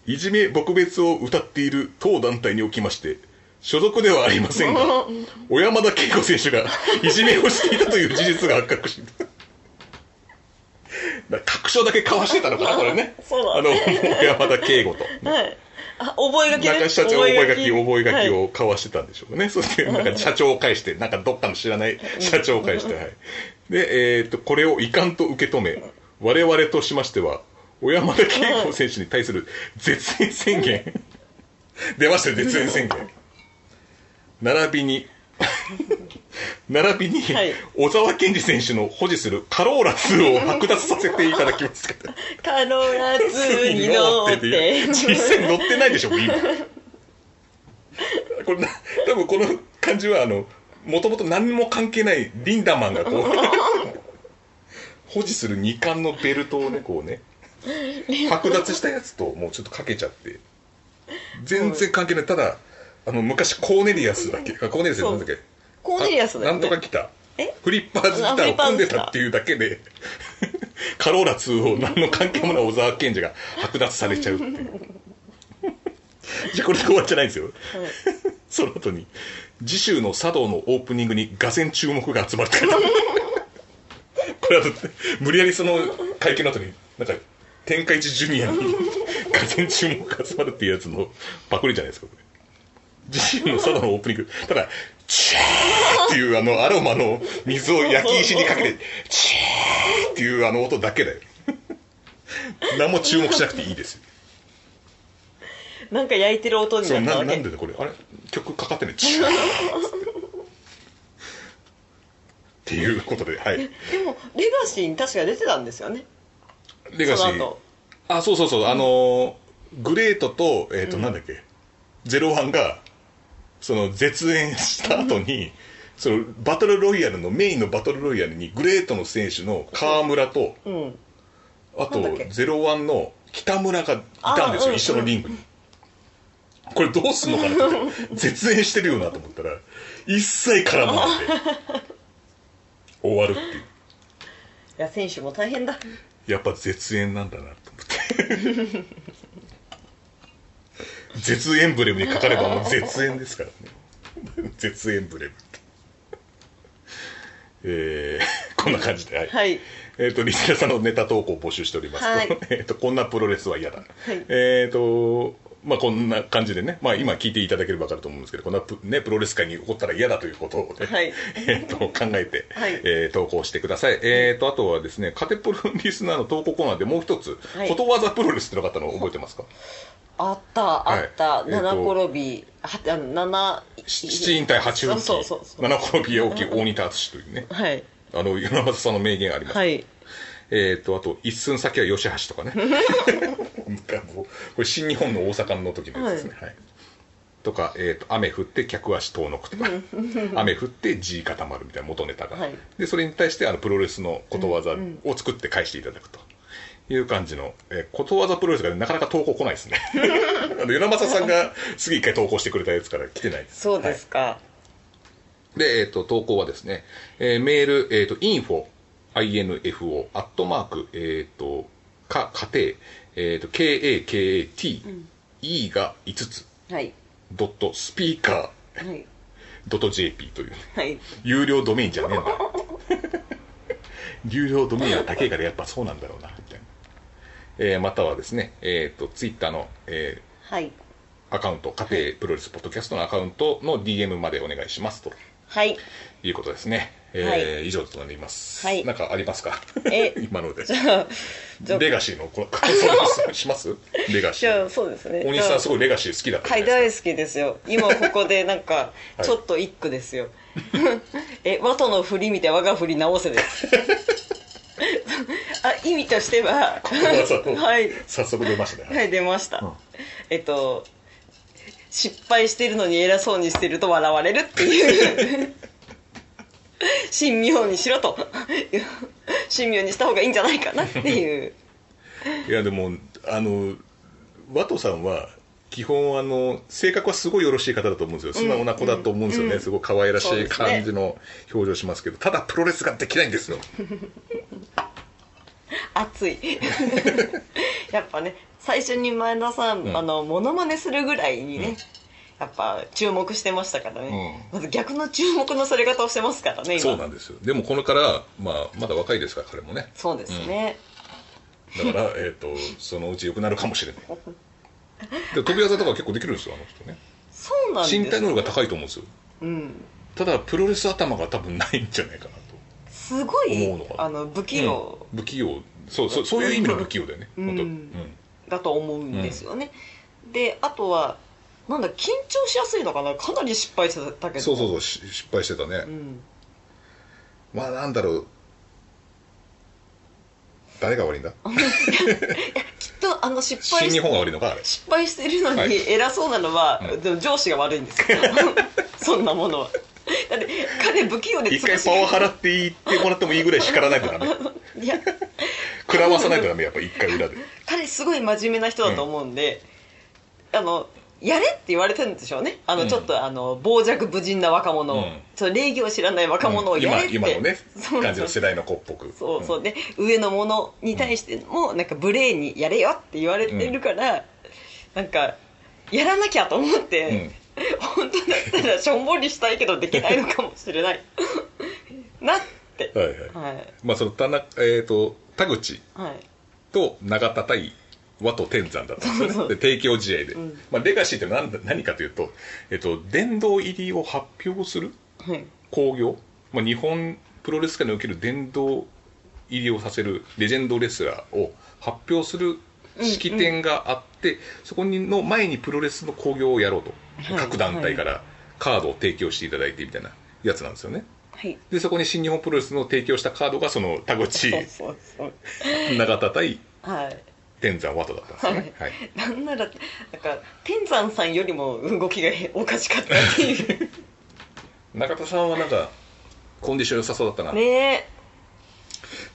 いじめ撲滅を歌っている当団体におきまして所属ではありませんが小山田圭吾選手がいじめをしていたという事実が発覚しだから確証だけ交わしてたのかな、これね。そうだあの、山田圭吾と。 はいあ覚え書きね中社長覚書き、覚書はきいを交わしてたんでしょうかね。そして、なんか社長を介して、なんかどっかの知らない社長を介して、はい。で、えっと、これを遺憾と受け止め、我々としましては、小山田圭吾選手に対する絶縁宣言。 出ましたよ、絶縁宣言。並びに、 並びに、はい小沢健二選手の保持するカローラ2を剥奪させていただきます。カローラ2に乗って実 際乗ってないでしょ今これな多分この感じはあのもともと何も関係ないリンダマンがこう保持する2冠のベルトをねこうね剥奪したやつともうちょっとかけちゃって全然関係ないただあの昔コーネリアスだっけあコーネリアスなんだっけコーネリアスだあよなんねとか来たえフリッパーズギターを組んでたっていうだけで カローラ2を何の関係もない小沢健二が剥奪されちゃうっていう じゃあこれで終わりじゃないんですよはい その後に次週の茶道のオープニングにがぜん注目が集まるって書いてあるこれは無理やりその会見の後になんか天下一ジュニ アにがぜん注目が集まるっていうやつのパクリじゃないですかこれ次週の茶道のオープニングただチェーっていうあのアロマの水を焼き石にかけてチェーっていうあの音だけだよ何も注目しなくていいですよなんか焼いてる音にそうなったなわなんけでだこれあれ曲かかってねチューっていうことではいでもレガシーに確か出てたんですよねレガシそのー後あそうそうそう、あのーグレートとえっ、と、なんだっけゼロワンがその絶縁した後に、そのバトルロイヤルのメインのバトルロイヤルにグレートの選手の川村とうんあとなんだっけゼロワンの北村がいたんですあよ、うん一緒のリングに。これどうすんのかなと思って絶縁してるよなと思ったら一切絡まないで 終わるっていういや選手も大変だやっぱ絶縁なんだなと思って 絶縁ブレムにかかればもう絶縁です からね絶縁ブレムってえーこんな感じで、はいはいえっ、と、リスナーさんのネタ投稿を募集しておりますと、はい えっと、こんなプロレスは嫌だ。いえっ、と、まあこんな感じでね、まあ今聞いていただければわかると思うんですけど、こんなプ,、ね、プロレス界に起こったら嫌だということをね、はい えっと考えて、はいえー投稿してください。えっと、あとはですね、カテプロリスナーの投稿コーナーでもう一つ、はいことわざプロレスってのがあったの覚えてますかあったあった、はい七えっと転び、はあの七七人対八分岐、そうそうそう七転び八起き、大仁田敦というね、はいあの、米正さんの名言あります。はいえー、とあと一寸先は吉橋とかねなんかもうこれ新日本の大阪の時のやつですね、はいとか、えーと「雨降って客足遠のく」とか「雨降って地固まる」みたいな元ネタが、はいでそれに対してあのプロレスのことわざを作って返していただくと。いう感じの、えーことわざプロレスがね、なかなか投稿来ないですね。あの、与那正さんが次一回投稿してくれたやつから来てないです。そうですか、で、えっ、と、投稿はですね、えーメール、えっ、と、info, info, アットマーク、えっ、と、か、家庭、えっ、と、k-a-k-a-t、e が5つ、はいドット、スピーカー、はいドット jp という、はい有料ドメインじゃねえんだ。有料ドメインは高いからやっぱそうなんだろうな、みたいな。えーまたはですね、えっ、と、ツイッターの、えはいーアカウント、家庭プロレスポッドキャストのアカウントの DM までお願いしますと。はいいうことですね。えー以上となります。はいなんかありますか？え 今のでじ。ゃあじゃあレガシーのこの感想ですします？レガシじゃあー。そうですね大西さんすじゃごいレガシー好きだったあはいじゃないで大好きですよ今ここでなんか はいちょっと一句ですよ、 え和との振り見て我が振り直せです あ意味としてはす か。はい早速出ましたね。はい出ました、うんえっと失敗してるのに偉そうにしてると笑われるっていう 神妙にしろと神妙にした方がいいんじゃないかなっていうい、やでもあのワトさんは。基本あの性格はすごいよろしい方だと思うんですよ素直な子だと思うんですよね、すごい可愛らしそういですね感じの表情しますけどただプロレスができないんですよ熱い やっぱね最初に前田さん、うんあのモノマネするぐらいにね、うんやっぱ注目してましたからね、まず逆の注目のされ方をしてますからね今そうなんですよでもこれから、まあ、まだ若いですから彼もねそうですね、だから、えー、とそのうち良くなるかもしれないで飛び技とか結構できるんですよあの人ねそうなんです身体能力が高いと思うんですようんただプロレス頭が多分ないんじゃないかなとすごい思うのかなあの不器用うん不器用そうそうそういう意味の不器用だよね、うん本当だと思うんですよね、であとはなんだ緊張しやすいのかなかなり失敗してたけどそうそうそうし失敗してたね、ん、まあなんだろう誰が悪いんだきっとあの失敗新日本が悪いのかあれ失敗してるのはいに偉そうなのは、うんでも上司が悪い んですよそんなものはだって彼不器用で一回パワハラって言ってもらってもいいぐらい叱らないと ダメいや食らわさないとダメやっぱ一回 裏で彼すごい真面目な人だと思うんで、あのやれって言われてるんでしょうねあの、うんちょっとあの傍若無人な若者を、うんその礼儀を知らない若者を今やれって、今のね そう感じの世代の子っぽくそうそうで上のものに対してもなんか無礼にやれよって言われてるから、なんかやらなきゃと思って、本当だったらしょんぼりしたいけどできないのかもしれない なってうん、はいはいはいまあその田中、えー、と田口はいと永田対和と天山だったんです そうよそねでう提供試合で、んまあ、レガシーって何だ何かというと、えっと、殿堂入りを発表するはい興行、まあ、日本プロレス界における殿堂入りをさせるレジェンドレスラーを発表する式典があって、そこにの前にプロレスの興行をやろうと、はい各団体からカードを提供していただいてみたいなやつなんですよねはいでそこに新日本プロレスの提供したカードがその田口そうそうそう永田対はい天山和とだったんですよね、はいなんならなんか天山さんよりも動きがおかしかったって いう中田さんはなんかコンディション良さそうだったな、ね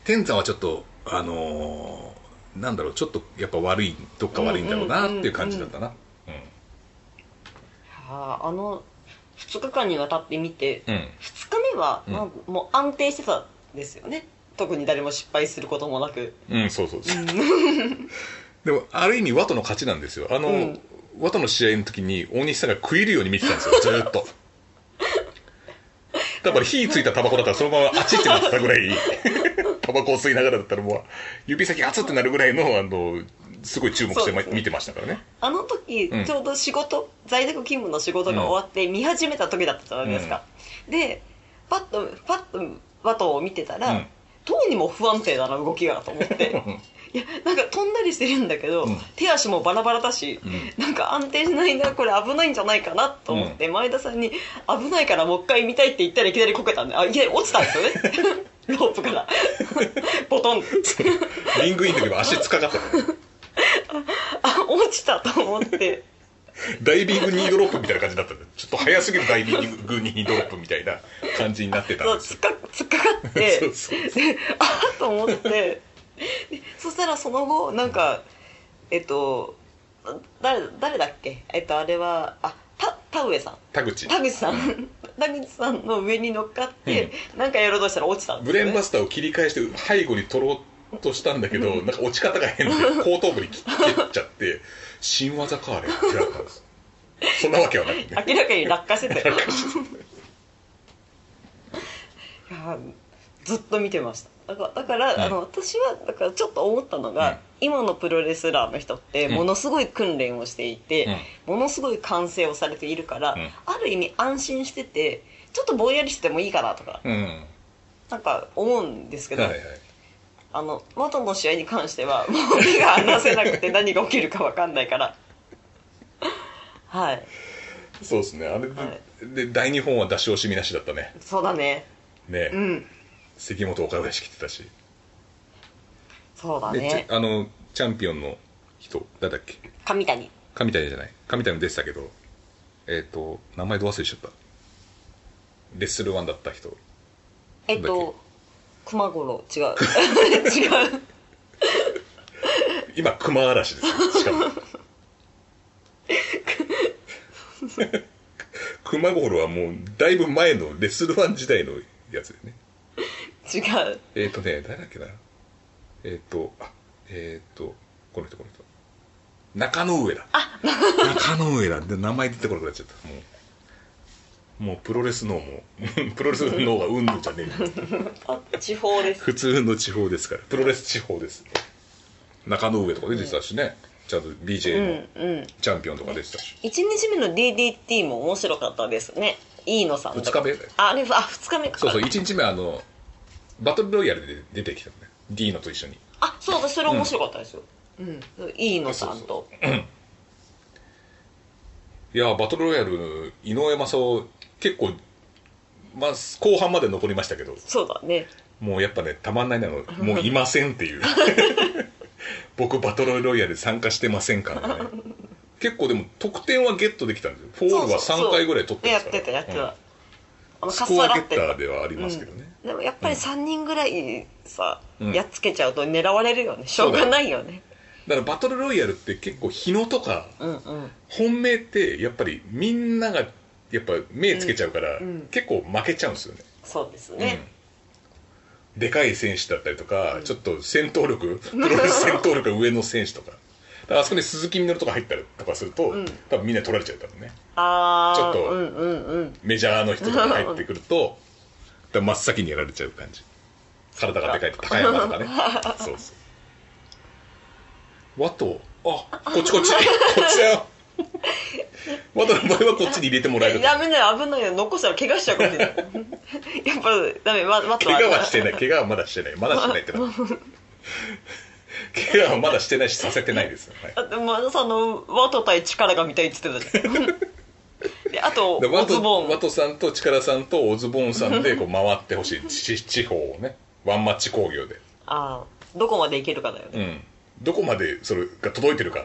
天山はちょっとあのーなんだろうちょっとやっぱ悪いどっか悪いんだろうなっていう感じだったなあーあの2日間にわたって見てうん、 2日目は、うんなんもう安定してたんですよね特に誰も失敗することもなくうんそうそうそう でもある意味ワトの勝ちなんですよあの、うんワトの試合の時に大西さんが食い入るように見てたんですよずーっとだから火ついたタバコだったらそのままあちってなってたぐらい タバコを吸いながらだったらもう指先ガツってなるぐらいのあのすごい注目してまそうですね見てましたからねあの時、うんちょうど仕事在宅勤務の仕事が終わって見始めた時だったじゃないですか、でパッとパッとバトンを見てたら、うんどうにも不安定だな動きがと思っていやなんか飛んだりしてるんだけど、うん手足もバラバラだし、うんなんか安定しないなこれ危ないんじゃないかなと思って、前田さんに「危ないからもう一回見たい」って言ったらいきなりこけたんであいきなり落ちたんですよね ロープからボトンリングインの時も足つかかったからあ落ちたと思って。ダイビングニードロップみたいな感じだったんでちょっと早すぎるダイビングニードロップみたいな感じになってたそんうです突っよか突っかかっ てそうそうであっと思ってでそしたらその後なんかえっと誰誰だっけえっとあれはあた田上さん田口田口さん 田口さんの上に乗っかって、なんかやろうとしたら落ちたんでブすレよねーンバスターを切り返して背後に取ろうとしたんだけどなんか落ち方が 変で後頭部に切っちゃって新技かあれってなったんですそんなわけはなくね明らかに落下してたよ落下していやずっと見てましただからだから、うんあの私はだからちょっと思ったのが、うん今のプロレスラーの人ってうんものすごい訓練をしていて、ものすごい完成をされているから、うんある意味安心しててちょっとぼんやりしててもいいかなとかうん、うんなんか思うんですけど、はいはいあの元の試合に関してはもう目が離せな くて何が起きるか分かんないからはいそうですねあれで,、はで大日本は出し惜しみなしだったねそうだねね、うん関本岡林来てたし、そうだでねちあのチャンピオンの人誰だっけ神谷神谷じゃない神谷も出てたけどえっ、と名前ど忘れしちゃったレッスルワンだった人えっなんだっと熊五郎違う 違う今熊嵐ですよしかも熊五郎はもうだいぶ前のレッスルワン時代のやつだよね違うえっ、ー、とね誰だっけなえっ、ー、とあえっ、ー、とこの人この人中野上だ中野上だで名前出てこなくなっちゃったもうもうプロレス脳も プロレス脳がうんぬんじゃねえよあ地方です普通の地方ですからプロレス地方です中野上とか出てたしね、ちゃんとう BJ のんうんチャンピオンとか出てたし、 1日目の DDT も面白かったですね飯野さんと二日目だよああれあ2日目かそうそう1日目あのバトルロイヤルで出てきたのねディーノと一緒にあそうだそれ面白かったですよ、うん飯野さんそうといやーバトルロイヤル井上雅雄結構、まあ、後半まで残りましたけどそうだねもうやっぱねたまんないなの もういませんっていう 僕バトルロイヤル参加してませんからね結構でも得点はゲットできたんですよフォールはそうそうそ3う回ぐらい取ってやまっすかてたやってた、らあのうんかスっコさアらゲっッタてーではありますけどね、でもやっぱり3人ぐらいさ、うんやっつけちゃうと狙われるよねしょうがないよねだからバトルロイヤルって結構日野とかうんうん本命ってやっぱりみんながやっぱ目つけちゃうから、うんうん結構負けちゃうんですよねそうですね、うんでかい選手だったりとか、ちょっと戦闘力プロレス戦闘力が上の選手とかだからあそこに鈴木みのるとか入ったりとかすると、ん多分みんな取られちゃうだろうねああちょっとうんうんうんメジャーの人とか入ってくるとだから真っ先にやられちゃう感じ体がでかいと高山とか ねそうそう和とあこっちこっちこっちだよ和との場合はこっちに入れてもらえるダメだよ危ないよ残したら怪我しちゃうかも しれないやっぱダメま待っ怪我はしてない怪我はまだしてないまだしてないってな怪我はまだしてないしさせてないです、はいだって前田さんのワト対力が見たいっつってたじ ゃんであとでワおトズボンワトさんとチカラさんとオズボンさんでこう回ってほしいち地方をねワンマッチ興行で、ああどこまでいけるかだようね、ん、どこまでそれが届いてるか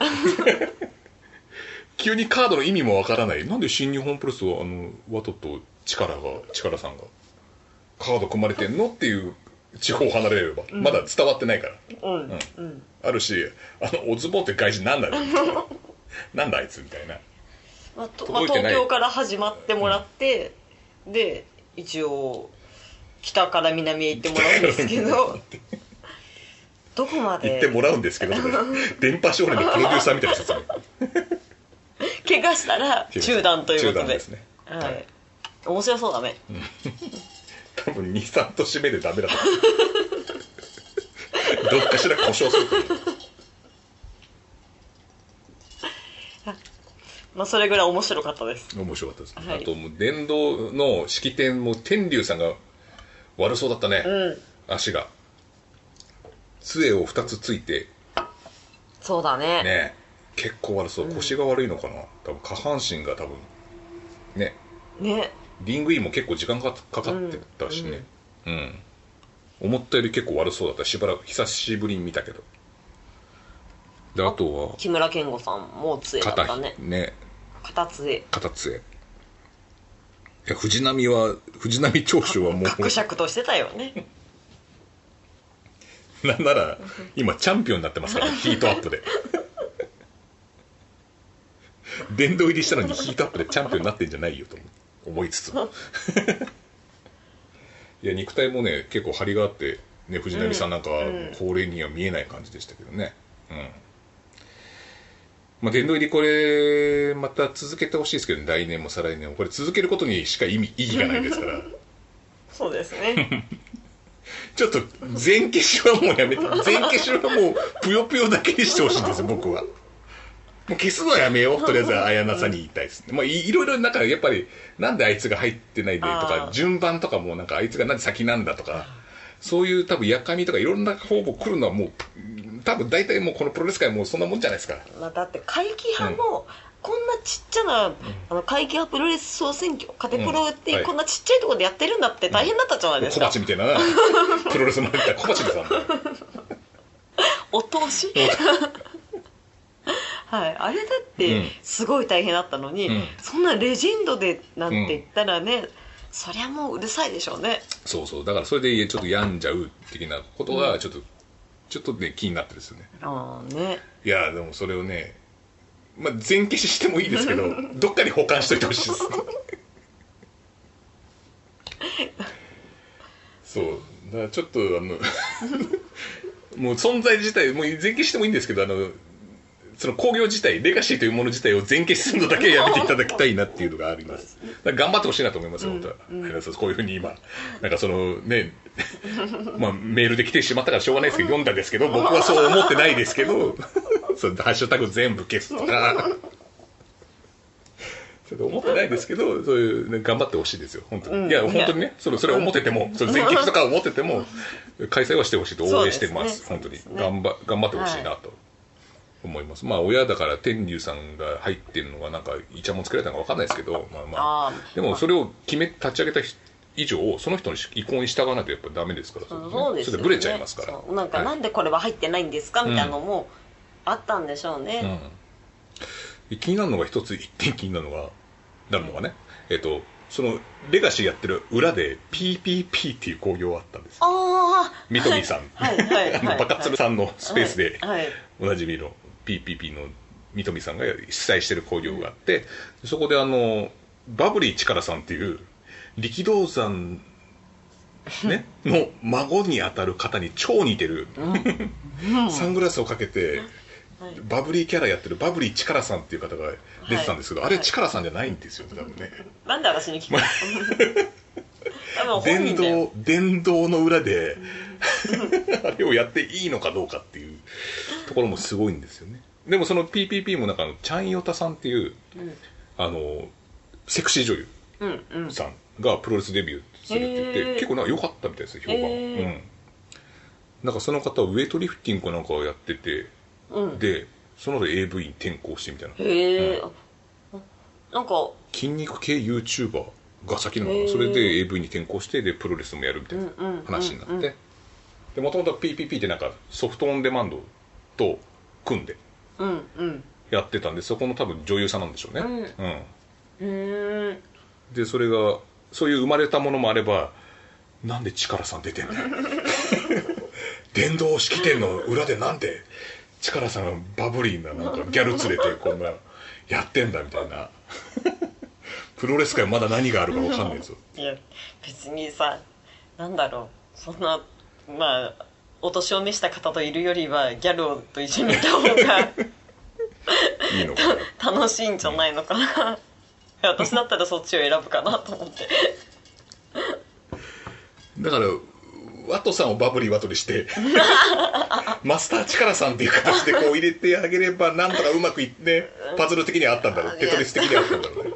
急にカードの意味もわからないなんで新日本プロレスはあのワトとチカラがチカラさんがカード組まれてんのっていう地方離れれば、まだ伝わってないからうんうんあるしあのオズボンって外人なんだろう なんだあいつみたいなまあとまあ届いてない東京から始まってもらって、で一応北から南へ行ってもらうんで すけどどこま言ってでもらうんですけどとか電波少年のプロデューサーみたいな説明 怪我したら中断というこ中とで断ですねはい、面白そうだね多分23年目でダメだと思う どっかしら故障すると思うまあそれぐらい面白かったです面白かったです、ねはいあともう電動の式典も天竜さんが悪そうだったね、うん足が杖を2つついてそうだねね結構悪そう腰が悪いのかな、多分下半身が多分ねねリングインも結構時間かかかってたしねうん、思ったより結構悪そうだったしばらく久しぶりに見たけどであとは木村健吾さんも杖だった肩ねね片杖片杖いや藤波は藤波長州はもかくしうゃくとしてたよ ねなんなら今チャンピオンになってます からねヒートアップで殿堂入りしたのにヒートアップでチャンピオンになってんじゃないよと思いつつも いや肉体もね結構張りがあって、ね、藤波さんなんかうん高齢には見えない感じでしたけどねうん、まあ、殿堂入りこれまた続けてほしいですけど、ね、来年も再来年もこれ続けることにしか意味意義がないですからそうです ねちょっと前消しはもうや めて前消しはもうぷよぷよだけにしてほしいんですよ僕はもう消すのはやめようとりあえず綾菜さんに言いたいです ね、まあ、いいろいろなんかやっぱりなんであいつが入ってないでとあかー順番とかもなんかあいつがなんで先なんだとかそういう多分やかみとかいろんな方々来るのはもう多分大体もうこのプロレス界もうそんなもんじゃないですかまあだって会議派も、こんなちっちゃな、あの会議派プロレス総選挙カテプロっうんはていこんなちっちゃいところでやってるんだって大変だったじゃないです小か、鉢みたい なプロレスの入った小鉢でさんもお通し はいあれだってうんすごい大変だったのに、うんそんなレジェンドでなんて言うんったらね、そりゃもううるさいでしょうねそうそうだからそれでちょっと病んじゃう的なことがちょっと、ちょっとね気になってるんですよねああねいやでもそれをね、まあ、全消ししてもいいですけどどっかに保管しといてほしいですそうだからちょっとあのもう存在自体もう全消してもいいんですけどあのその工業自体レガシーというもの自体を全消しするのだけはやめていただきたいなっていうのがありますだから頑張ってほしいなと思いますよ、本当は皆さんこういうふうに今なんかそのね まあ、メールで来てしまったからしょうがないですけど読んだんですけど僕はそう思ってないですけ どそうハッシュタグ全部消すとかちょっと思ってないですけどそういう、ね、頑張ってほしいですよ本当に、うんいや本当にねそれそれ思ってても、それ全決とか思ってても開催はしてほしいと応援してますそう本で当にすね頑張頑張ってほしいなと思います、まあ親だから天竜さんが入ってるのがなんかイチャモンつけられたのか分かんないですけどまあまあああでもそれを決め立ち上げた以上その人の意向に従わないとやっぱダメですからそうですれよ、ね、ブレちゃいますからそうなんかはいなんでこれは入ってないんですかみたいなのもあったんでしょうね、うん、気になるのが一つ一点気になるのがなるのがねえっ、とそのレガシーやってる裏で PPP っていう興行があったんですああ三富さん、はいはいは いあのバカツルさんのスペースで、はいはいおなじみの PPP の三富さんが主催してる工業があって、そこであのバブリー力さんっていう力道山、ね、の孫にあたる方に超似てる、サングラスをかけて、はいバブリーキャラやってるバブリー力さんっていう方が出てたんですけど、はいあれ力さんじゃないんですよね多分ねなんで私に聞く の多分本電人だよ動電動の裏で あれをやっていいのかどうかっていうところもすごいんですよねでもその PPP もなんかあのチャン・ヨタさんっていううんあのセクシー女優うんうんさんがプロレスデビューするって言って、へー結構なんか良かったみたいですよ評判、へーうんなんかその方はウェイトリフティングかなんかをやっててうんでその後 AV に転向してみたいなへえうなんか筋肉系 YouTuber が先なのかへなーそれで AV に転向してでプロレスもやるみたいなうんうん話になって、うんうんでもともと PPP ってなんかソフトオンデマンドと組んでうんうんやってたんでそこの多分女優さんなんでしょうね、うんうーうんんでそれがそういう生まれたものもあればなんで力さん出てんの 電動式典の裏でなんで力さんがバブリーななんかギャル連れてこんなやってんだみたいなプロレス界まだ何があるか分かんないですよいや別にさなんだろうそんなまあお年を召した方といるよりはギャルをと一緒にいた方がいいのかな。楽しいんじゃないのかな私だったらそっちを選ぶかなと思ってだからワトさんをバブリーワトにして マスターチカラさんっていう形でこう入れてあげればなんとかうまくいってパズル的にはあったんだろうテトリス的にはあったんだろうね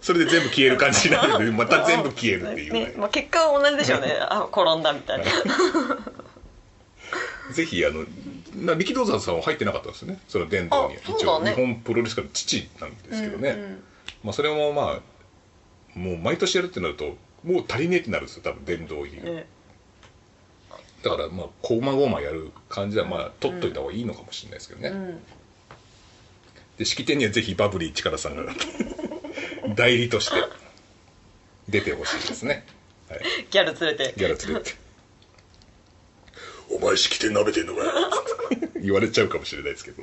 それで全部消える感じになるのでまた全部消えるっていうねね、まあ、結果は同じでし ょうねあ転んだみたいなぜひあのな力道山さんは入ってなかったんですよねその伝道にあそう一だ応ね日本プロレス界の父なんですけどね、うんうんまあ、それもまあもう毎年やるってなるともう足りねえってなるんですよ多分伝道入りが、ねだからまあこまごまやる感じはまあ取っといた方がいいのかもしれないですけどね、うんで式典にはぜひバブリー力さん が代理として出てほしいですね、はい、ギャル連れてギャラ連れて「お前式典なめてんの かよ」言われちゃうかもしれないですけど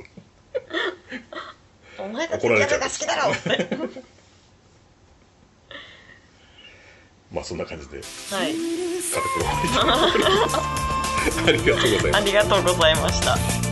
「お前たちギ怒らャれルちゃうが好きだろ!」ってまあそんな感じではい軽く終わりたいと思いますありがとうございますありがとうございました